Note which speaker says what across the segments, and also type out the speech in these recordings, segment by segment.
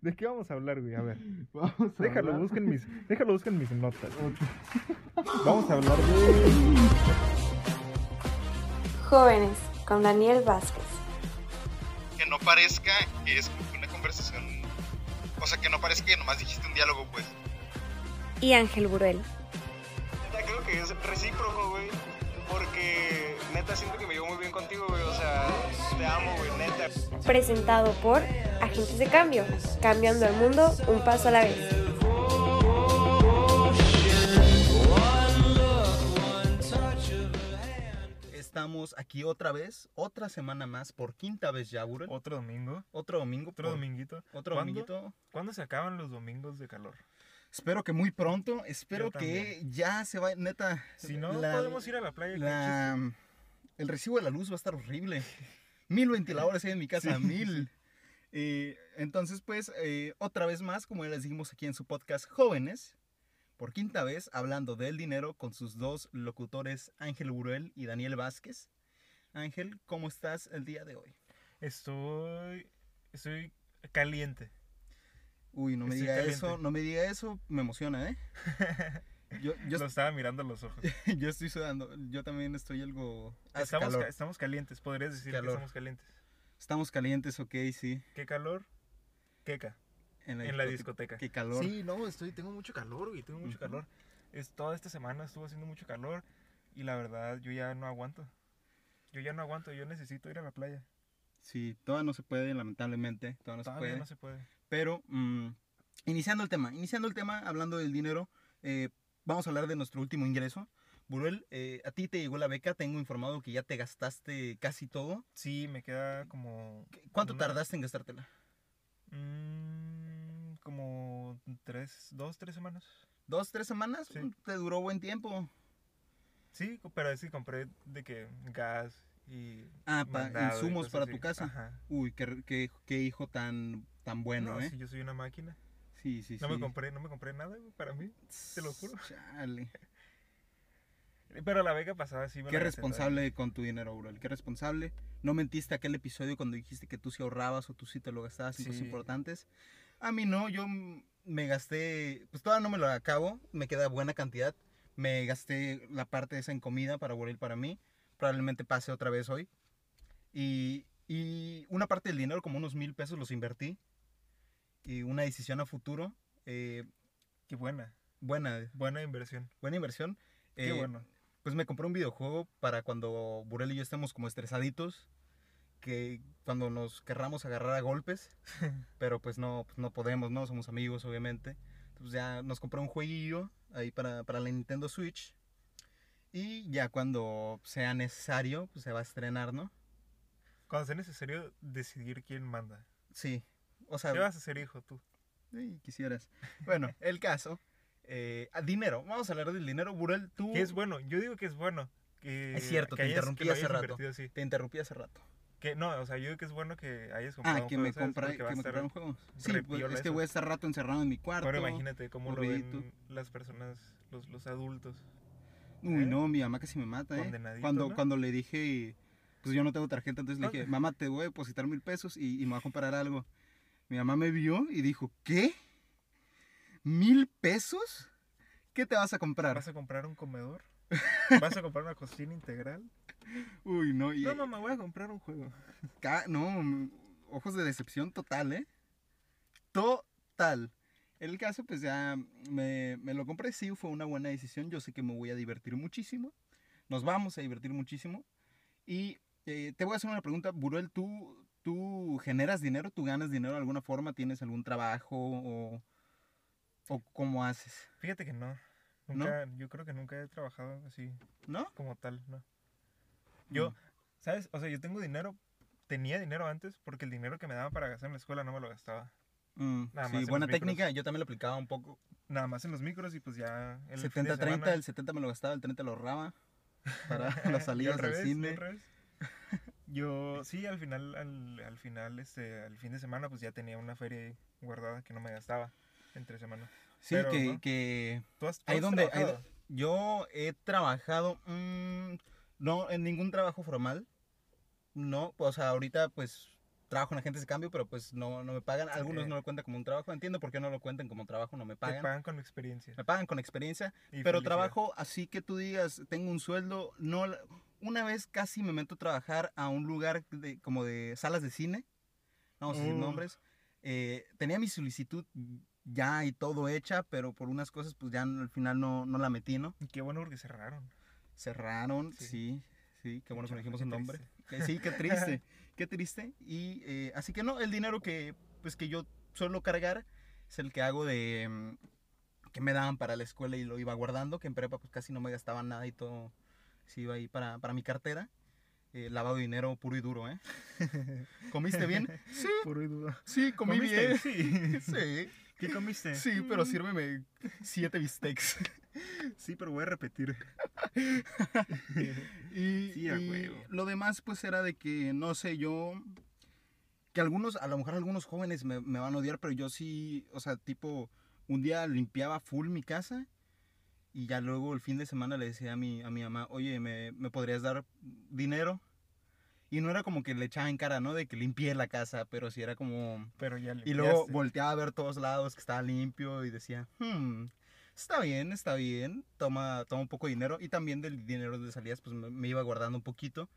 Speaker 1: ¿De qué vamos a hablar, güey? A ver.
Speaker 2: Vamos a
Speaker 1: Déjalo,
Speaker 2: hablar-
Speaker 1: busquen mis, déjalo, busquen mis notas. Vamos a hablar de...
Speaker 3: Jóvenes con Daniel Vázquez.
Speaker 4: que no parezca que es como que una conversación. O sea, que no parezca que nomás dijiste un diálogo, pues.
Speaker 5: y Ángel Buruel.
Speaker 6: Neta, creo que es recíproco, güey. Porque neta siento que me llevo muy bien contigo, güey. O sea, te amo, güey, neta.
Speaker 5: Presentado por Agentes de Cambio, cambiando el mundo un paso a la vez.
Speaker 7: Estamos aquí otra vez, otra semana más, por quinta vez ya, Burel.
Speaker 2: Otro domingo.
Speaker 7: Otro domingo.
Speaker 2: Otro
Speaker 7: por-
Speaker 2: dominguito.
Speaker 7: Otro
Speaker 2: ¿Cuándo?
Speaker 7: dominguito.
Speaker 2: ¿Cuándo se acaban los domingos de calor?
Speaker 7: Espero que muy pronto. Espero
Speaker 2: Yo
Speaker 7: que ya se vaya. Neta.
Speaker 2: Si no,
Speaker 7: la-
Speaker 2: podemos ir a la playa.
Speaker 7: la- el recibo de la luz va a estar horrible. Mil ventiladores hay en mi casa, mil. Eh, entonces, pues, eh, otra vez más, como ya les dijimos aquí en su podcast, jóvenes, por quinta vez hablando del dinero con sus dos locutores, Ángel Buruel y Daniel Vázquez. Ángel, ¿cómo estás el día de hoy?
Speaker 2: Estoy. Estoy caliente.
Speaker 7: Uy, no me
Speaker 2: Estoy
Speaker 7: diga
Speaker 2: caliente.
Speaker 7: eso, no me diga eso, me emociona, ¿eh? Yo, yo,
Speaker 2: Lo estaba mirando a los ojos.
Speaker 7: yo estoy sudando, yo también estoy algo... hace
Speaker 2: Ah, Estamos,
Speaker 7: calor.
Speaker 2: ca- estamos calientes, podrías decir que
Speaker 7: Calor.
Speaker 2: estamos calientes.
Speaker 7: Estamos calientes, ok, sí.
Speaker 2: ¿Qué calor? Queca. En la discoteca.
Speaker 7: Qué calor.
Speaker 2: Sí, no, estoy, tengo mucho calor, güey, tengo mucho
Speaker 7: Ujú.
Speaker 2: calor. Es, toda esta semana estuvo haciendo mucho calor y la verdad yo ya no aguanto. Yo ya no aguanto, yo necesito ir a la playa.
Speaker 7: Sí, todavía no se puede, lamentablemente. Todavía no se
Speaker 2: Todavía
Speaker 7: puede.
Speaker 2: no se puede.
Speaker 7: Pero mm, iniciando el tema, iniciando el tema, hablando del dinero, eh, vamos a hablar de nuestro último ingreso. Buruel, eh, a ti te llegó la beca, tengo informado que ya te gastaste casi todo.
Speaker 2: Sí, me queda como...
Speaker 7: ¿Qué- ¿Cuánto
Speaker 2: Una-
Speaker 7: tardaste en gastártela?
Speaker 2: mm, como tres, dos, tres semanas.
Speaker 7: ¿Dos, tres semanas?
Speaker 2: Sí.
Speaker 7: Mm, Te duró buen tiempo.
Speaker 2: Sí, co- pero es que compré de que gas y...
Speaker 7: Ah, pa-
Speaker 2: mandado y
Speaker 7: insumos
Speaker 2: cosas
Speaker 7: para
Speaker 2: así.
Speaker 7: tu casa.
Speaker 2: Ajá.
Speaker 7: Uy, qué, qué- qué hijo tan, tan bueno,
Speaker 2: no,
Speaker 7: ¿eh?
Speaker 2: sí, yo soy una máquina.
Speaker 7: Sí, sí, sí.
Speaker 2: No me compré, no me compré nada güey, para mí. te lo juro.
Speaker 7: Chale.
Speaker 2: Pero la beca pasada sí me
Speaker 7: Qué
Speaker 2: la gasté toda.
Speaker 7: responsable con tu dinero, Burel. Qué responsable. No mentiste aquel episodio cuando dijiste que tú sí ahorrabas o tú sí te lo gastabas en cosas
Speaker 2: Sí.
Speaker 7: importantes. A mí no, yo mm, me gasté, pues todavía no me lo acabo, me queda buena cantidad. Me gasté la parte esa en comida para Burel para mí. Probablemente pase otra vez hoy. Y, y una parte del dinero, como unos mil pesos, los invertí. Y una decisión a futuro, eh,
Speaker 2: Qué buena,
Speaker 7: buena,
Speaker 2: buena inversión.
Speaker 7: buena inversión.
Speaker 2: Qué
Speaker 7: Eh,
Speaker 2: bueno.
Speaker 7: pues me compré un videojuego para cuando Burel y yo estemos como estresaditos, que cuando nos querramos agarrar a golpes, pero pues no, pues no podemos, ¿no? Somos amigos, obviamente. Entonces ya nos compré un jueguillo ahí para, para la Nintendo Switch. Y ya cuando sea necesario, pues se va a estrenar, ¿no?
Speaker 2: Cuando sea necesario decidir quién manda.
Speaker 7: Sí. O sea,
Speaker 2: ¿Qué vas a hacer, hijo, tú?
Speaker 7: sí, quisieras. Bueno, el caso. eh, ah, dinero, vamos a hablar del dinero. Burel, tú
Speaker 2: Que es bueno, yo digo que es bueno. Que,
Speaker 7: uh. Es cierto,
Speaker 2: que
Speaker 7: te
Speaker 2: hayas-
Speaker 7: interrumpí
Speaker 2: que lo
Speaker 7: hace
Speaker 2: hayas
Speaker 7: rato.
Speaker 2: invertido así.
Speaker 7: te interrumpí hace rato.
Speaker 2: Que no, o sea, yo digo que es bueno que hayas comprado
Speaker 7: Ah,
Speaker 2: un
Speaker 7: que
Speaker 2: juego,
Speaker 7: me,
Speaker 2: ¿sabes?
Speaker 7: compra,
Speaker 2: Porque va a
Speaker 7: que me
Speaker 2: estar-
Speaker 7: compraron juegos. Sí,
Speaker 2: re
Speaker 7: pues,
Speaker 2: piola
Speaker 7: es que
Speaker 2: eso.
Speaker 7: voy a estar rato encerrado en mi cuarto.
Speaker 2: Ahora imagínate cómo lo ven
Speaker 7: aburridito.
Speaker 2: las personas, los, los adultos.
Speaker 7: Uy,
Speaker 2: ¿eh?
Speaker 7: no, mi mamá casi me mata, ¿eh?
Speaker 2: Condenadito,
Speaker 7: Cuando,
Speaker 2: ¿no?
Speaker 7: cuando le dije, pues yo no tengo tarjeta, entonces le
Speaker 2: Ah.
Speaker 7: dije, mamá, te voy a depositar mil pesos y, y me voy a comprar algo. Mi mamá me vio y dijo, ¿qué? ¿Mil pesos? ¿Qué te vas a comprar?
Speaker 2: ¿Vas a comprar un comedor? ¿Vas a comprar una cocina integral?
Speaker 7: Uy, no, y,
Speaker 2: No, mamá, voy a comprar un juego.
Speaker 7: ca- no, mm, ojos de decepción total, ¿eh? Total. El caso, pues ya me, me lo compré, sí, fue una buena decisión. Yo sé que me voy a divertir muchísimo. Nos vamos a divertir muchísimo. Y eh, te voy a hacer una pregunta, Buruel, ¿tú, ¿tú generas dinero? ¿Tú ganas dinero de alguna forma? ¿Tienes algún trabajo? ¿O, o cómo haces?
Speaker 2: Fíjate que no. Nunca, Yo creo que nunca he trabajado así
Speaker 7: ¿No?
Speaker 2: como tal, no. Yo,
Speaker 7: Mm.
Speaker 2: ¿sabes? O sea, yo tengo dinero, tenía dinero antes porque el dinero que me daban para gastar en la escuela no me lo gastaba.
Speaker 7: Mm,
Speaker 2: Nada más en
Speaker 7: sí,
Speaker 2: los
Speaker 7: buena
Speaker 2: micros.
Speaker 7: técnica. Yo también lo aplicaba un poco.
Speaker 2: Nada más en los micros y pues ya... el fin de
Speaker 7: 70-30,
Speaker 2: semana-
Speaker 7: el 70 me lo gastaba, el 30 lo ahorraba para
Speaker 2: Yo al
Speaker 7: las salidas al
Speaker 2: revés, yo
Speaker 7: cine.
Speaker 2: al revés. Yo, sí, al final, al, al final, este, al fin de semana, pues ya tenía una feria ahí guardada que no me gastaba entre semana.
Speaker 7: Sí,
Speaker 2: Pero,
Speaker 7: que,
Speaker 2: ¿no?
Speaker 7: que
Speaker 2: ¿Tú has, tú
Speaker 7: ahí
Speaker 2: has
Speaker 7: donde ahí
Speaker 2: trabajado?
Speaker 7: do- yo he trabajado, mm, no en ningún trabajo formal, no, o sea, ahorita pues trabajo en agentes de cambio, pero pues no, no me pagan. Algunos
Speaker 2: Sí.
Speaker 7: no lo cuentan como un trabajo. Entiendo por qué no lo cuentan como trabajo, no me
Speaker 2: Te
Speaker 7: pagan.
Speaker 2: pagan con experiencia.
Speaker 7: Me pagan con experiencia,
Speaker 2: y
Speaker 7: pero
Speaker 2: felicidad.
Speaker 7: trabajo así que tú digas, tengo un sueldo, no la- una vez casi me meto a trabajar a un lugar de, como de salas de cine, vamos a decir
Speaker 2: Uh.
Speaker 7: nombres, eh, tenía mi solicitud ya y todo hecha, pero por unas cosas pues ya n- al final no, no la metí, ¿no?
Speaker 2: Y qué bueno porque cerraron.
Speaker 7: Cerraron,
Speaker 2: Sí.
Speaker 7: sí, sí, qué bueno que
Speaker 2: Chale,
Speaker 7: no dijimos
Speaker 2: qué
Speaker 7: el nombre.
Speaker 2: triste.
Speaker 7: Que Sí, qué triste, qué triste. Y eh, así que no, el dinero que, pues, que yo suelo cargar es el que hago de mm, que me daban para la escuela y lo iba guardando, que en prepa pues casi no me gastaba nada y todo se iba ahí para, para mi cartera. Eh, lavado de dinero puro y duro, ¿eh? ¿Comiste bien? Sí,
Speaker 1: Puro y duro.
Speaker 7: sí, comí
Speaker 2: ¿Comiste?
Speaker 7: bien.
Speaker 2: Sí.
Speaker 7: Sí,
Speaker 2: ¿Qué comiste?
Speaker 7: sí, pero sírveme siete bistecs.
Speaker 2: Sí, pero voy a repetir.
Speaker 7: Y,
Speaker 2: Sí, a
Speaker 7: y
Speaker 2: huevo.
Speaker 7: lo demás, pues, era de que, no sé, yo. Que algunos, a lo mejor algunos jóvenes me, me van a odiar, pero yo sí, o sea, tipo, un día limpiaba full mi casa y ya luego el fin de semana le decía a mi, a mi mamá, oye, ¿me, me podrías dar dinero? Y no era como que le echaba en cara, ¿no? De que limpié la casa, pero sí era como...
Speaker 2: Pero ya
Speaker 7: Y luego
Speaker 2: limpiaste.
Speaker 7: volteaba a ver todos lados que estaba limpio y decía, hmm, está bien, está bien, toma, toma un poco de dinero. Y también del dinero de salidas, pues me, me iba guardando un poquito.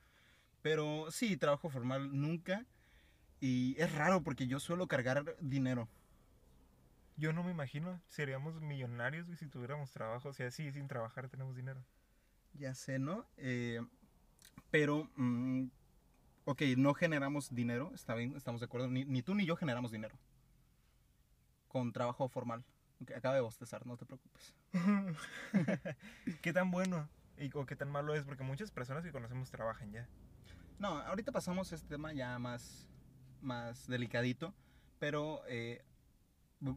Speaker 7: Pero sí, trabajo formal nunca. Y es raro porque yo suelo cargar dinero.
Speaker 2: Yo no me imagino, seríamos millonarios güey, si tuviéramos trabajo. O sea, sí, sin trabajar tenemos dinero.
Speaker 7: Ya sé, ¿no? Eh, pero, mm, ok, no generamos dinero, está bien, estamos de acuerdo. Ni, ni tú ni yo generamos dinero. Con trabajo formal. Ok, Acaba de bostezar, no te preocupes.
Speaker 2: ¿Qué tan bueno y, o qué tan malo es? Porque muchas personas que conocemos trabajan ya.
Speaker 7: No, ahorita pasamos a este tema ya más, más delicadito, pero eh,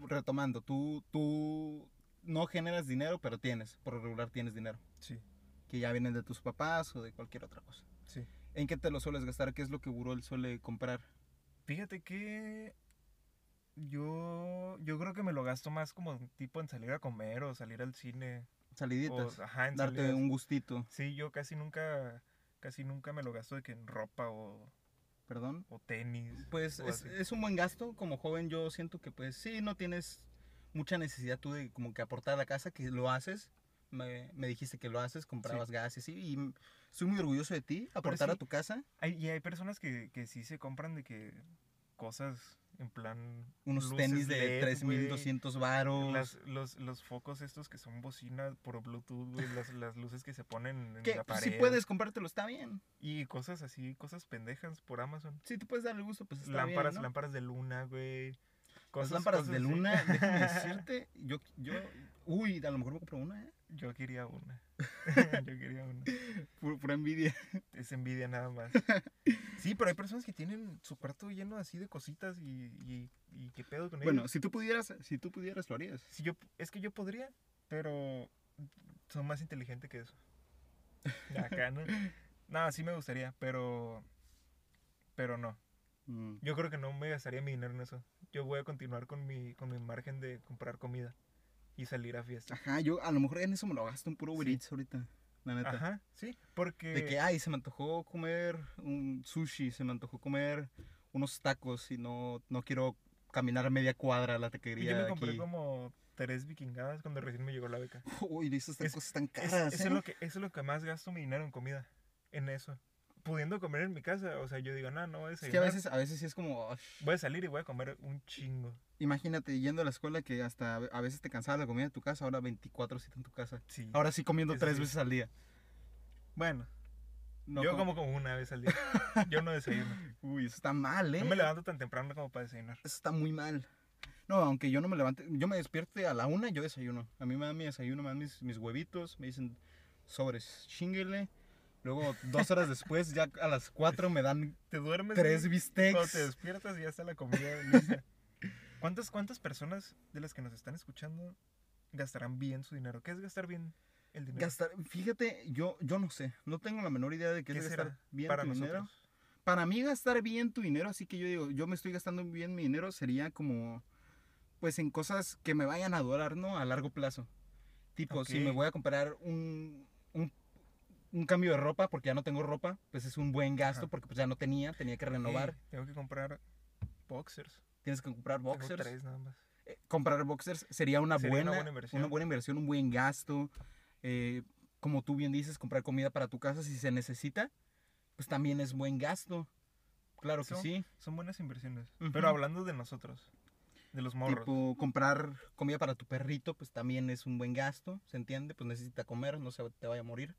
Speaker 7: retomando, tú, tú no generas dinero, pero tienes, por lo regular tienes dinero,
Speaker 2: Sí,
Speaker 7: que ya vienen de tus papás o de cualquier otra cosa.
Speaker 2: sí.
Speaker 7: ¿En qué te lo sueles gastar? ¿Qué es lo que Burol suele comprar?
Speaker 2: Fíjate que yo, yo creo que me lo gasto más como tipo en salir a comer o salir al cine.
Speaker 7: Saliditas,
Speaker 2: O, ajá, en
Speaker 7: darte
Speaker 2: salidas.
Speaker 7: un gustito,
Speaker 2: Sí, yo casi nunca, casi nunca me lo gasto de que en ropa o,
Speaker 7: perdón.
Speaker 2: o tenis.
Speaker 7: Pues
Speaker 2: o
Speaker 7: es,
Speaker 2: así.
Speaker 7: es un buen gasto, como joven yo siento que pues sí, no tienes mucha necesidad tú de como que aportar a la casa, que lo haces, me, me dijiste que lo haces, comprabas gas y sí, y m- estoy muy orgulloso de ti, aportar a
Speaker 2: sí.
Speaker 7: tu casa
Speaker 2: Hay- y hay personas que, que sí se compran de que cosas en plan...
Speaker 7: unos
Speaker 2: luces
Speaker 7: tenis de
Speaker 2: LED, güey,
Speaker 7: 3200 varos.
Speaker 2: Las, los, los focos estos que son bocinas por Bluetooth, güey, las, las luces que se ponen en
Speaker 7: Que
Speaker 2: la
Speaker 7: pues,
Speaker 2: pared.
Speaker 7: si puedes comprártelo está bien.
Speaker 2: Y cosas así, cosas pendejas por Amazon.
Speaker 7: Si te puedes dar el gusto, pues está
Speaker 2: lámparas,
Speaker 7: bien. ¿no?
Speaker 2: lámparas de luna, güey.
Speaker 7: Las
Speaker 2: Cosas-
Speaker 7: lámparas
Speaker 2: cosas
Speaker 7: de
Speaker 2: así.
Speaker 7: luna, déjame decirte, yo yo uy, a lo mejor me compro una, ¿eh?
Speaker 2: Yo quería una. Yo quería una.
Speaker 7: Pura- pura envidia.
Speaker 2: Es envidia nada más. Sí, pero hay personas que tienen su cuarto lleno así de cositas y, y, y qué pedo con ellos.
Speaker 7: Bueno, si tú pudieras, si tú pudieras lo harías.
Speaker 2: Si yo, es que yo podría, pero son más inteligente que eso. Acá, ¿no? Nada, sí me gustaría, pero. Pero no.
Speaker 7: Mm.
Speaker 2: Yo creo que no me gastaría mi dinero en eso. Yo voy a continuar con mi, con mi margen de comprar comida y salir a fiestas.
Speaker 7: Ajá, yo a lo mejor en eso me lo gasto un puro Uber
Speaker 2: Sí.
Speaker 7: Eats ahorita, la Ah, neta.
Speaker 2: Ajá, sí. Porque.
Speaker 7: De que, ay, se me antojó comer un sushi, se me antojó comer unos tacos y no, no quiero caminar media cuadra a la
Speaker 2: y
Speaker 7: taquería
Speaker 2: yo
Speaker 7: de
Speaker 2: me compré
Speaker 7: aquí. Ah,
Speaker 2: como tres vikingadas cuando recién me llegó la beca.
Speaker 7: Uy, esas
Speaker 2: Es-
Speaker 7: tacos están
Speaker 2: Es-
Speaker 7: caras,
Speaker 2: eso,
Speaker 7: ¿eh?
Speaker 2: es lo que, eso es lo que más gasto mi dinero en comida. En eso. Pudiendo comer en mi casa. O sea, yo digo, no, no voy a
Speaker 7: Es que a
Speaker 2: desayunar.
Speaker 7: veces, a veces sí es como, "Ugh".
Speaker 2: Voy a salir y voy a comer un chingo.
Speaker 7: imagínate yendo a la escuela que hasta a veces te cansaba la comida de tu casa, ahora 24 si en tu casa.
Speaker 2: Sí.
Speaker 7: Ahora sí comiendo
Speaker 2: Eso
Speaker 7: tres
Speaker 2: sí.
Speaker 7: veces al día.
Speaker 2: bueno,
Speaker 7: No
Speaker 2: yo como como una vez al día. Yo no desayuno.
Speaker 7: Uy, eso está mal, ¿eh?
Speaker 2: No me levanto tan temprano como para desayunar.
Speaker 7: Eso está muy mal. No, aunque yo no me levante, yo me despierte a la una, yo desayuno. A mí me dan mi desayuno, me dan mis, mis huevitos, me dicen sobres, chinguele. Luego, dos horas después, ya a las cuatro me dan
Speaker 2: Te duermes.
Speaker 7: tres
Speaker 2: güey, Pues Cuando te
Speaker 7: bistecs.
Speaker 2: despiertas y ya está la comida lista. ¿Cuántas, ¿Cuántas personas de las que nos están escuchando gastarán bien su dinero? ¿Qué es gastar bien el dinero?
Speaker 7: Gastar, fíjate, yo, yo no sé, no tengo la menor idea de qué,
Speaker 2: ¿Qué
Speaker 7: es gastar
Speaker 2: será
Speaker 7: bien
Speaker 2: para
Speaker 7: tu
Speaker 2: nosotros?
Speaker 7: dinero. Para mí gastar bien tu dinero, así que yo digo, yo me estoy gastando bien mi dinero, sería como, pues en cosas que me vayan a durar, ¿no? A largo plazo. Tipo, si me
Speaker 2: Ok.
Speaker 7: voy a comprar un, un, un cambio de ropa porque ya no tengo ropa, pues es un buen gasto
Speaker 2: Ajá.
Speaker 7: porque pues ya no tenía, tenía que renovar.
Speaker 2: Ey, tengo que comprar boxers.
Speaker 7: Tienes que comprar
Speaker 2: Tengo
Speaker 7: boxers.
Speaker 2: tres nada más.
Speaker 7: Eh, comprar boxers sería una,
Speaker 2: Sería
Speaker 7: buena,
Speaker 2: una buena
Speaker 7: una, buena
Speaker 2: inversión.
Speaker 7: inversión, un buen gasto. Eh, como tú bien dices, comprar comida para tu casa si se necesita, pues también es buen gasto. Claro que
Speaker 2: Eso,
Speaker 7: sí.
Speaker 2: Son buenas inversiones.
Speaker 7: Ujú.
Speaker 2: Pero hablando de nosotros, de los morros.
Speaker 7: Tipo, comprar comida para tu perrito, pues también es un buen gasto, ¿se entiende? Pues necesita comer, no se te vaya a morir.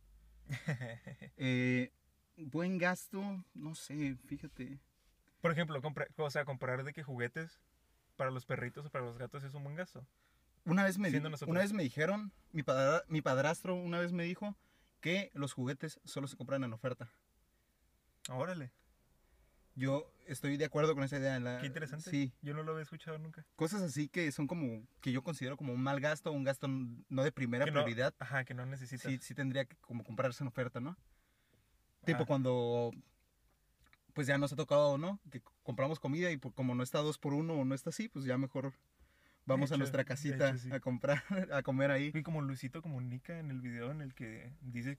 Speaker 7: Eh, buen gasto, no sé, fíjate.
Speaker 2: Por ejemplo, compra- o sea, comprar de que juguetes para los perritos o para los gatos es un buen gasto.
Speaker 7: Una vez me, di-
Speaker 2: Siendo nosotros.
Speaker 7: una vez me dijeron, mi, padra- mi padrastro una vez me dijo que los juguetes solo se compran en oferta.
Speaker 2: Órale,
Speaker 7: Yo estoy de acuerdo con esa idea. la-
Speaker 2: qué interesante.
Speaker 7: Ah, Sí,
Speaker 2: Yo no lo había escuchado nunca.
Speaker 7: cosas así que son como, que yo considero como un mal gasto, un gasto n- no de primera
Speaker 2: Que no-
Speaker 7: prioridad.
Speaker 2: ajá, que no necesitas.
Speaker 7: Sí, sí tendría que como comprarse en oferta, ¿no? Tipo
Speaker 2: Ajá.
Speaker 7: cuando, pues ya nos ha tocado, ¿no? Que c- compramos comida y por- como no está dos por uno o no está así, pues ya mejor vamos a
Speaker 2: hecho,
Speaker 7: nuestra
Speaker 2: de
Speaker 7: casita
Speaker 2: hecho, sí.
Speaker 7: a comprar, a comer ahí.
Speaker 2: Y como Luisito comunica en el video en el que dice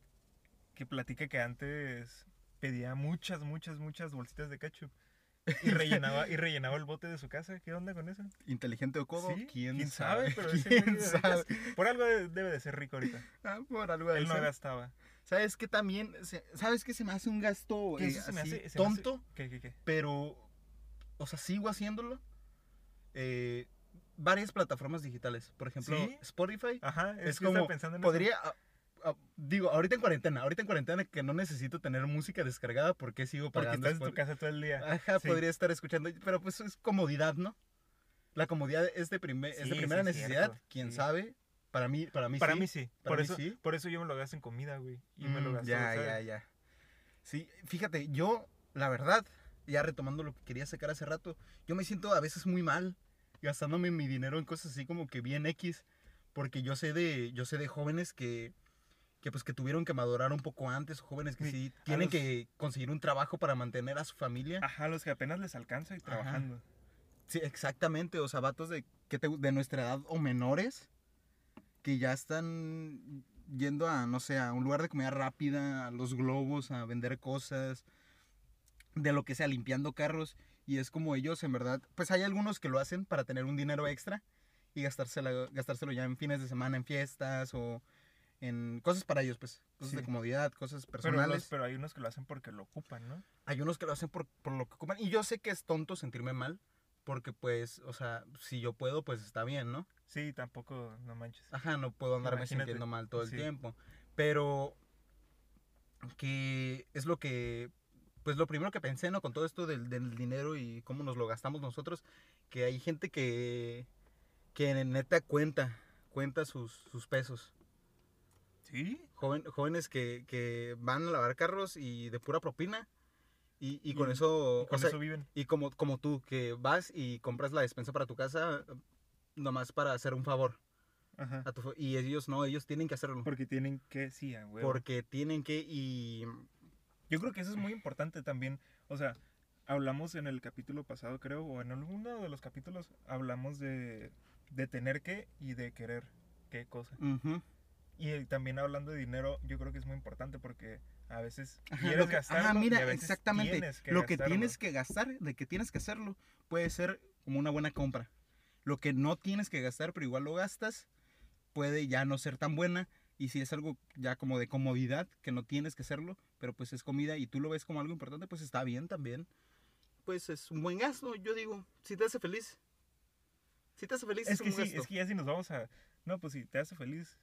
Speaker 2: que platica que antes pedía muchas, muchas, muchas bolsitas de ketchup. Y rellenaba, y rellenaba el bote de su casa. ¿Qué onda con eso?
Speaker 7: Inteligente o codo,
Speaker 2: Sí,
Speaker 7: ¿quién,
Speaker 2: quién sabe,
Speaker 7: sabe?
Speaker 2: pero ese güey
Speaker 7: ¿Quién
Speaker 2: de
Speaker 7: sabe?
Speaker 2: Por algo de- debe de ser rico ahorita.
Speaker 7: Ah, por algo de
Speaker 2: Él no
Speaker 7: ser.
Speaker 2: gastaba.
Speaker 7: ¿Sabes qué también? Se- ¿Sabes qué se me hace un gasto
Speaker 2: Que
Speaker 7: eh,
Speaker 2: eso se me
Speaker 7: así
Speaker 2: hace- se me hace-
Speaker 7: tonto?
Speaker 2: ¿Qué, qué, qué?
Speaker 7: pero, o sea, sigo haciéndolo. Eh, varias plataformas digitales, por ejemplo,
Speaker 2: ¿Sí?
Speaker 7: Spotify.
Speaker 2: Ajá,
Speaker 7: es
Speaker 2: que estaba
Speaker 7: como,
Speaker 2: pensando en eso.
Speaker 7: podría, ah, ah, digo, ahorita en cuarentena, ahorita en cuarentena que no necesito tener música descargada porque sigo
Speaker 2: Porque
Speaker 7: pagando
Speaker 2: estás en tu
Speaker 7: Spotify?
Speaker 2: casa todo el día.
Speaker 7: Ajá,
Speaker 2: Sí.
Speaker 7: podría estar escuchando, pero pues es comodidad, ¿no? La comodidad es de, primer, es
Speaker 2: Sí,
Speaker 7: de
Speaker 2: sí,
Speaker 7: primera
Speaker 2: es
Speaker 7: necesidad,
Speaker 2: cierto,
Speaker 7: quién
Speaker 2: sí.
Speaker 7: sabe, para mí, para mí
Speaker 2: Para
Speaker 7: sí.
Speaker 2: mí sí.
Speaker 7: para
Speaker 2: por,
Speaker 7: mí
Speaker 2: eso,
Speaker 7: sí.
Speaker 2: por eso yo me lo gasto en comida, güey. Y me lo
Speaker 7: Mm,
Speaker 2: gasto.
Speaker 7: Ya,
Speaker 2: ¿sabes?
Speaker 7: ya, ya. Sí, fíjate, yo, la verdad, ya retomando lo que quería sacar hace rato, yo me siento a veces muy mal gastándome mi dinero en cosas así como que bien X, porque yo sé de, yo sé de jóvenes que, que pues que tuvieron que madurar un poco antes, o jóvenes que
Speaker 2: Sí,
Speaker 7: sí
Speaker 2: a
Speaker 7: tienen
Speaker 2: los-
Speaker 7: que conseguir un trabajo para mantener a su familia.
Speaker 2: Ajá, los que apenas les alcanza y
Speaker 7: Ajá.
Speaker 2: trabajando.
Speaker 7: Sí, exactamente, o sea, vatos de, que te gu- de nuestra edad o menores que ya están yendo a, no sé, a un lugar de comida rápida, a los globos, a vender cosas, de lo que sea, limpiando carros. Y es como ellos, en verdad, pues hay algunos que lo hacen para tener un dinero extra y gastárselo, gastárselo ya en fines de semana, en fiestas o en cosas para ellos, pues, cosas de
Speaker 2: Sí.
Speaker 7: comodidad, cosas
Speaker 2: Pero, los-
Speaker 7: personales.
Speaker 2: pero hay unos que lo hacen porque lo ocupan, ¿no?
Speaker 7: Hay unos que lo hacen por, por lo que ocupan. Y yo sé que es tonto sentirme mal, porque pues, o sea, si yo puedo, pues está bien, ¿no?
Speaker 2: Sí, tampoco, no manches.
Speaker 7: Ajá, no puedo andarme
Speaker 2: Imagínate,
Speaker 7: sintiendo mal todo el
Speaker 2: sí.
Speaker 7: tiempo. Pero que es lo que, pues lo primero que pensé, ¿no? Con todo esto del, del dinero y cómo nos lo gastamos nosotros, que hay gente que, que neta cuenta, cuenta sus, sus pesos.
Speaker 2: Sí.
Speaker 7: Joven- jóvenes que, que van a lavar carros y de pura propina. Y, y con
Speaker 2: Y-
Speaker 7: eso...
Speaker 2: Y con
Speaker 7: o sea,
Speaker 2: eso viven.
Speaker 7: y como, como tú, que vas y compras la despensa para tu casa eh, nomás para hacer un favor.
Speaker 2: Ajá.
Speaker 7: a tu fa- y ellos no, ellos tienen que hacerlo.
Speaker 2: Porque tienen que, sí, a huevo.
Speaker 7: Porque tienen que y...
Speaker 2: Yo creo que eso es muy importante también. O sea, hablamos en el capítulo pasado, creo, o en alguno de los capítulos, hablamos de, de tener que y de querer qué cosa.
Speaker 7: Ujú.
Speaker 2: Y eh, también hablando de dinero, yo creo que es muy importante porque a veces
Speaker 7: Ajá,
Speaker 2: quieres
Speaker 7: lo que-
Speaker 2: gastarlo
Speaker 7: ajá,
Speaker 2: y a
Speaker 7: mira,
Speaker 2: veces
Speaker 7: exactamente.
Speaker 2: tienes que
Speaker 7: lo que
Speaker 2: gastarlo.
Speaker 7: tienes que gastar, de que tienes que hacerlo, puede ser como una buena compra. Lo que no tienes que gastar, pero igual lo gastas, puede ya no ser tan buena. Y si es algo ya como de comodidad, que no tienes que hacerlo, pero pues es comida y tú lo ves como algo importante, pues está bien también. Pues es un buen gasto, yo digo. Si te hace feliz. Si te hace feliz, es,
Speaker 2: Es que
Speaker 7: un
Speaker 2: sí,
Speaker 7: gasto.
Speaker 2: es que ya si nos vamos a... No, pues si te hace feliz,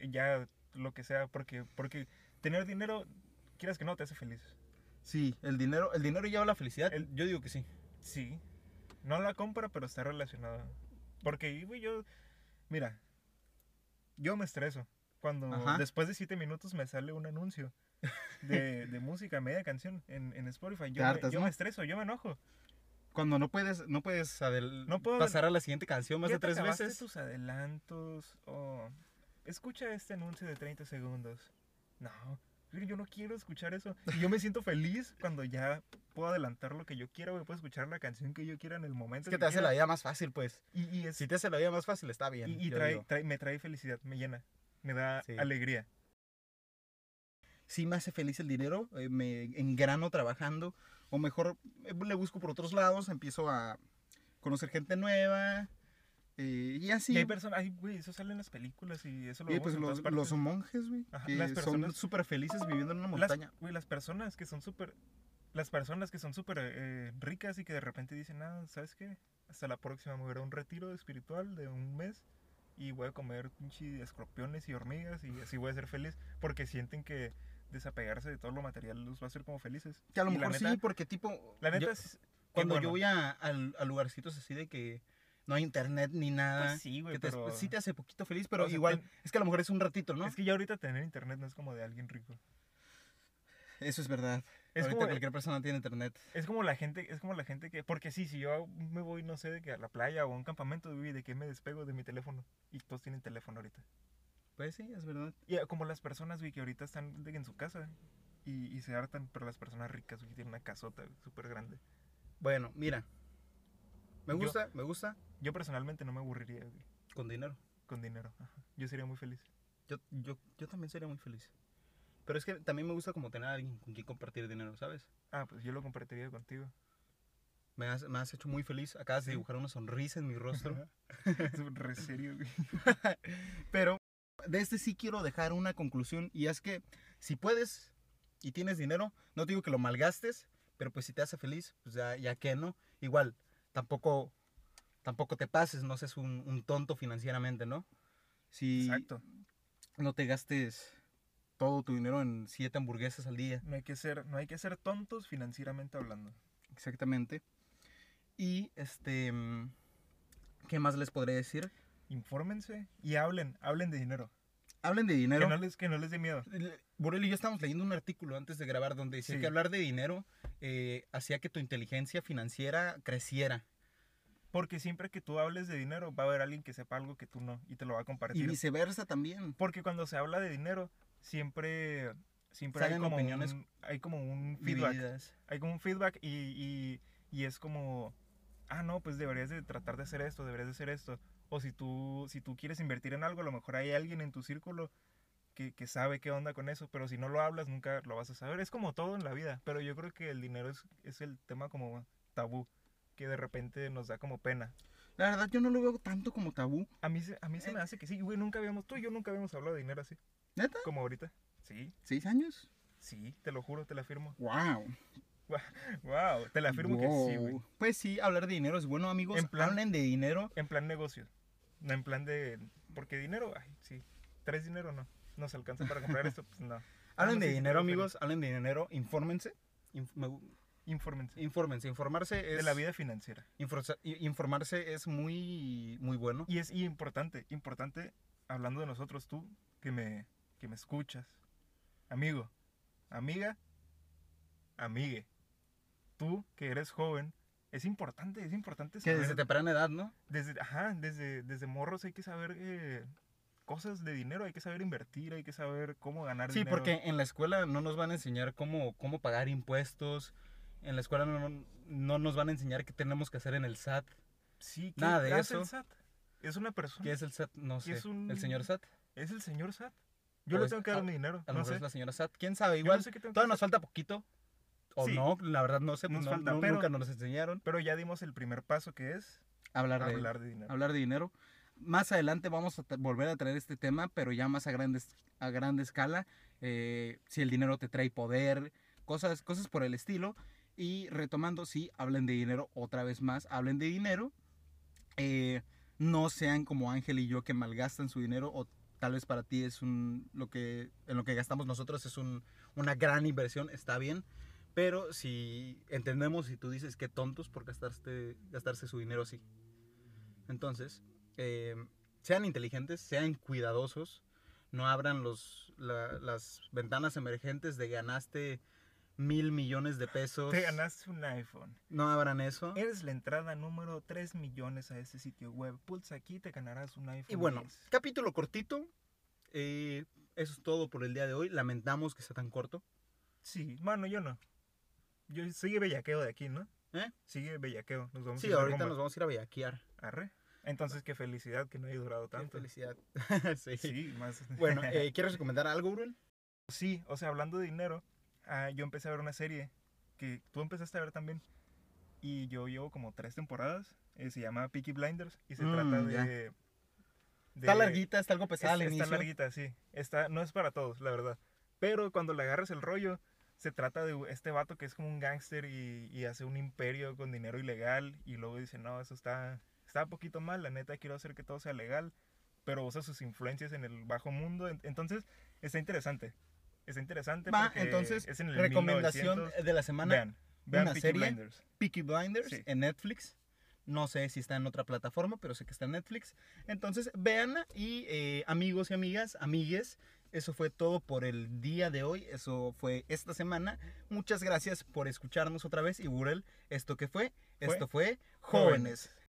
Speaker 2: ya lo que sea, porque, porque tener dinero, quieras que no, te hace feliz.
Speaker 7: Sí, el dinero, el dinero lleva la felicidad.
Speaker 2: El-
Speaker 7: yo digo que sí.
Speaker 2: Sí. No la compra, pero está relacionada. Porque, güey, yo. Mira, yo me estreso. Cuando
Speaker 7: Ajá.
Speaker 2: después de siete minutos me sale un anuncio de, de música, media canción en, en Spotify. Yo, me,
Speaker 7: hartas,
Speaker 2: yo
Speaker 7: ¿no?
Speaker 2: me estreso, yo me enojo.
Speaker 7: Cuando no puedes, no puedes adel-
Speaker 2: No puedo
Speaker 7: pasar a la siguiente canción más
Speaker 2: ¿Ya
Speaker 7: de
Speaker 2: te
Speaker 7: tres
Speaker 2: acabaste
Speaker 7: veces.
Speaker 2: tus adelantos? o escucha este anuncio de 30 segundos. No, güey, yo no quiero escuchar eso. Y yo me siento feliz cuando ya puedo adelantar lo que yo quiera, güey. Puedo escuchar la canción que yo quiera en el
Speaker 7: Es
Speaker 2: momento.
Speaker 7: que te hace
Speaker 2: quiera.
Speaker 7: la vida más fácil, pues.
Speaker 2: Y, y es-
Speaker 7: Si te hace la vida más fácil, está bien.
Speaker 2: Y, y
Speaker 7: yo
Speaker 2: trae,
Speaker 7: digo.
Speaker 2: trae- me trae felicidad, me llena, me da
Speaker 7: Sí.
Speaker 2: alegría.
Speaker 7: Sí me hace feliz el dinero, eh, me engrano trabajando O mejor eh, le busco por otros lados, empiezo a conocer gente nueva. eh, y así.
Speaker 2: Y hay personas, ay, güey, eso sale en las películas y eso lo
Speaker 7: Y
Speaker 2: vemos
Speaker 7: pues
Speaker 2: en todas
Speaker 7: los,
Speaker 2: partes.
Speaker 7: los monjes, güey,
Speaker 2: Ajá, las
Speaker 7: que son
Speaker 2: personas-
Speaker 7: súper felices viviendo en una
Speaker 2: Las-
Speaker 7: montaña.
Speaker 2: güey, las personas que son súper. Las personas que son súper eh, ricas y que de repente dicen, ah, ¿sabes qué? Hasta la próxima me voy a ir a un retiro espiritual de un mes y voy a comer pinche escorpiones y hormigas y así voy a ser feliz porque sienten que desapegarse de todo lo material los va a hacer como felices.
Speaker 7: Que a lo
Speaker 2: Y
Speaker 7: mejor
Speaker 2: la
Speaker 7: sí,
Speaker 2: neta,
Speaker 7: porque tipo...
Speaker 2: La neta
Speaker 7: yo-
Speaker 2: es.
Speaker 7: cuando yo voy a, al- a lugarcitos así de que no hay internet ni nada.
Speaker 2: Pues sí, güey,
Speaker 7: Ah, que te-
Speaker 2: pero-
Speaker 7: sí te hace poquito feliz, pero
Speaker 2: o sea,
Speaker 7: igual
Speaker 2: ten-
Speaker 7: es que a lo mejor es un ratito, ¿no?
Speaker 2: Es que ya ahorita tener internet no es como de alguien rico.
Speaker 7: Eso es verdad.
Speaker 2: Es
Speaker 7: Ahorita
Speaker 2: como,
Speaker 7: cualquier persona tiene internet.
Speaker 2: Es como la gente, es como la gente que, porque sí, si yo me voy, no sé, de que a la playa o a un campamento, güey, de que me despego de mi teléfono. Y todos tienen teléfono ahorita.
Speaker 7: Pues sí, es verdad.
Speaker 2: Y eh, como las personas, güey, que ahorita están de que en su casa y, y se hartan, pero las personas ricas, güey, tienen una casota güey, súper grande.
Speaker 7: Bueno, mira. Me
Speaker 2: Yo-
Speaker 7: gusta, me gusta
Speaker 2: Yo personalmente no me aburriría, güey,
Speaker 7: con dinero.
Speaker 2: con dinero. Ajá. Yo sería muy feliz.
Speaker 7: Yo, yo, yo también sería muy feliz. Pero es que también me gusta como tener a alguien con quien compartir dinero, ¿sabes?
Speaker 2: Ah, pues yo lo compartiría contigo.
Speaker 7: Me has, me has hecho muy feliz. Acabas de dibujar una sonrisa en mi rostro.
Speaker 2: Es re serio, güey.
Speaker 7: Pero de este sí quiero dejar una conclusión y es que si puedes y tienes dinero, no te digo que lo malgastes, pero pues si te hace feliz, pues ya, ya que no. Igual, tampoco, tampoco te pases, no seas un, un tonto financieramente, ¿no? Si
Speaker 2: Exacto.
Speaker 7: no te gastes todo tu dinero en siete hamburguesas al día.
Speaker 2: No hay que ser, no hay que ser tontos financieramente hablando.
Speaker 7: Exactamente. Y este, mm, ¿qué más les podré decir?
Speaker 2: Infórmense y hablen, hablen de dinero.
Speaker 7: Hablen de
Speaker 2: Que
Speaker 7: dinero.
Speaker 2: no les, que no les dé miedo.
Speaker 7: Le- Borel y yo estábamos leyendo un artículo antes de grabar donde decía
Speaker 2: Sí.
Speaker 7: que hablar de dinero eh, hacía que tu inteligencia financiera creciera.
Speaker 2: Porque siempre que tú hables de dinero, va a haber alguien que sepa algo que tú no y te lo va a
Speaker 7: Y
Speaker 2: compartir.
Speaker 7: viceversa también.
Speaker 2: Porque cuando se habla de dinero, siempre, siempre hay
Speaker 7: Salen
Speaker 2: como,
Speaker 7: opiniones
Speaker 2: un, hay como un feedback.
Speaker 7: Divididas.
Speaker 2: Hay como un feedback y, y- y es como, ah, no, pues deberías de tratar de hacer esto, deberías de hacer esto. O si tú, si tú quieres invertir en algo, a lo mejor hay alguien en tu círculo que, que sabe qué onda con eso, pero si no lo hablas, nunca lo vas a saber. Es como todo en la vida, pero yo creo que el dinero es, es el tema como tabú, que de repente nos da como pena.
Speaker 7: La verdad yo no lo veo tanto como tabú.
Speaker 2: A mí, se- a mí se me hace que sí, güey, nunca habíamos, tú y yo nunca habíamos hablado de dinero así,
Speaker 7: Eh. ¿Neta?
Speaker 2: como ahorita. Sí,
Speaker 7: ¿Seis años?
Speaker 2: sí, te lo juro, te la afirmo.
Speaker 7: ¡Wow!
Speaker 2: Wow, te la afirmo que sí, güey.
Speaker 7: Wow. Pues sí, hablar de dinero es bueno, amigos.
Speaker 2: En plan-
Speaker 7: Hablen de dinero.
Speaker 2: En plan negocio, no en plan de, porque dinero, ay, sí, tres dinero no, nos alcanza para comprar esto, pues no.
Speaker 7: Hablen
Speaker 2: no,
Speaker 7: de
Speaker 2: sí, sí,
Speaker 7: dinero,
Speaker 2: sí, sí.
Speaker 7: amigos. Hablen de dinero. Infórmense. Inf- me gu-
Speaker 2: Infórmense.
Speaker 7: Infórmense. Informarse es...
Speaker 2: De la vida financiera.
Speaker 7: infro- i- informarse es muy, muy bueno.
Speaker 2: Y es y importante, importante, hablando de nosotros, tú, que me, que me escuchas. Amigo, amiga, amigue. Tú, que eres joven, es importante, es importante
Speaker 7: Que
Speaker 2: saber.
Speaker 7: desde temprana edad, ¿no?
Speaker 2: desde, ajá, desde, desde morros hay que saber eh, cosas de dinero, hay que saber invertir, hay que saber cómo ganar
Speaker 7: Sí,
Speaker 2: dinero.
Speaker 7: porque en la escuela no nos van a enseñar cómo, cómo pagar impuestos. En la escuela no, no nos van a enseñar qué tenemos que hacer en el SAT.
Speaker 2: Sí, ¿qué
Speaker 7: nada de
Speaker 2: hace el
Speaker 7: eso.
Speaker 2: SAT? Es una persona.
Speaker 7: ¿Qué es el SAT? No
Speaker 2: ¿Qué
Speaker 7: sé.
Speaker 2: Pues, es un-
Speaker 7: ¿El señor SAT?
Speaker 2: ¿Es el señor SAT? Yo
Speaker 7: O
Speaker 2: le
Speaker 7: es-
Speaker 2: tengo que dar
Speaker 7: Pues, a-
Speaker 2: mi dinero.
Speaker 7: A
Speaker 2: no
Speaker 7: lo mejor
Speaker 2: sé.
Speaker 7: es la señora SAT. ¿Quién sabe?
Speaker 2: Yo no
Speaker 7: Igual
Speaker 2: sé qué tengo que
Speaker 7: todavía nos
Speaker 2: hacer.
Speaker 7: falta poquito. O
Speaker 2: Sí.
Speaker 7: no, la verdad no sé. pues
Speaker 2: Nos
Speaker 7: no-
Speaker 2: falta,
Speaker 7: no-
Speaker 2: pero-
Speaker 7: Nunca nos enseñaron
Speaker 2: Pero ya dimos el primer paso que es
Speaker 7: hablar de,
Speaker 2: hablar de dinero.
Speaker 7: hablar de dinero. Más adelante vamos a tra- volver a traer este tema, pero ya más a, grandes, a grande escala. eh, si el dinero te trae poder, cosas, cosas por el estilo. Y retomando, sí, hablen de dinero otra vez más, hablen de dinero. Eh, no sean como Ángel y yo que malgastan su dinero o tal vez para ti es un lo que en lo que gastamos nosotros es un- una gran inversión, está bien, pero si entendemos si tú dices que tontos por gastarse gastarse su dinero así. Entonces, eh, sean inteligentes, sean cuidadosos, no abran los, la- las ventanas emergentes de ganaste mil millones de pesos.
Speaker 2: Te ganaste un iPhone.
Speaker 7: No abran eso.
Speaker 2: Eres la entrada número 3 millones a este sitio web. Pulsa aquí te ganarás un iPhone.
Speaker 7: Y bueno,
Speaker 2: 10.
Speaker 7: capítulo cortito. eh, eso es todo por el día de hoy. Lamentamos que sea tan corto.
Speaker 2: Sí, mano, yo no. Yo sigue bellaqueo de aquí, ¿no?
Speaker 7: ¿Eh?
Speaker 2: Sigue bellaqueo. Nos vamos a
Speaker 7: Sí,
Speaker 2: ir de
Speaker 7: ahorita
Speaker 2: rumba.
Speaker 7: nos vamos a ir a bellaquear.
Speaker 2: Arre. Entonces, qué felicidad que no haya durado
Speaker 7: Qué
Speaker 2: tanto.
Speaker 7: felicidad. sí.
Speaker 2: Sí, más.
Speaker 7: Bueno, eh, ¿quieres recomendar algo, Bruel?
Speaker 2: Sí, o sea, hablando de dinero, ah, yo empecé a ver una serie que tú empezaste a ver también. Y yo llevo como tres temporadas. eh, se llama Peaky Blinders. Y se
Speaker 7: Mm,
Speaker 2: trata
Speaker 7: ya.
Speaker 2: de,
Speaker 7: Está
Speaker 2: de-
Speaker 7: larguita, está algo pesada
Speaker 2: es-
Speaker 7: al
Speaker 2: Este, está
Speaker 7: inicio.
Speaker 2: larguita, sí. Está, no es para todos, la verdad. Pero cuando le agarras el rollo, se trata de este vato que es como un gángster y, y hace un imperio con dinero ilegal. Y luego dice, no, eso está, está un poquito mal, la neta quiero hacer que todo sea legal. Pero usa sus influencias en el bajo mundo. en- Entonces, está interesante. Está interesante.
Speaker 7: Va,
Speaker 2: porque
Speaker 7: entonces,
Speaker 2: es en el
Speaker 7: recomendación
Speaker 2: 1900.
Speaker 7: de la semana,
Speaker 2: Vean, vean
Speaker 7: una
Speaker 2: Peaky
Speaker 7: serie.
Speaker 2: Blinders.
Speaker 7: Peaky Blinders
Speaker 2: Sí.
Speaker 7: en Netflix. No sé si está en otra plataforma, pero sé que está en Netflix. Entonces, véanla y eh, amigos y amigas, amigues, eso fue todo por el día de hoy. Eso fue esta semana. Muchas gracias por escucharnos otra vez. Y Burel, esto que fue,
Speaker 2: Fue
Speaker 7: esto fue
Speaker 2: Jóvenes.
Speaker 7: Jóvenes.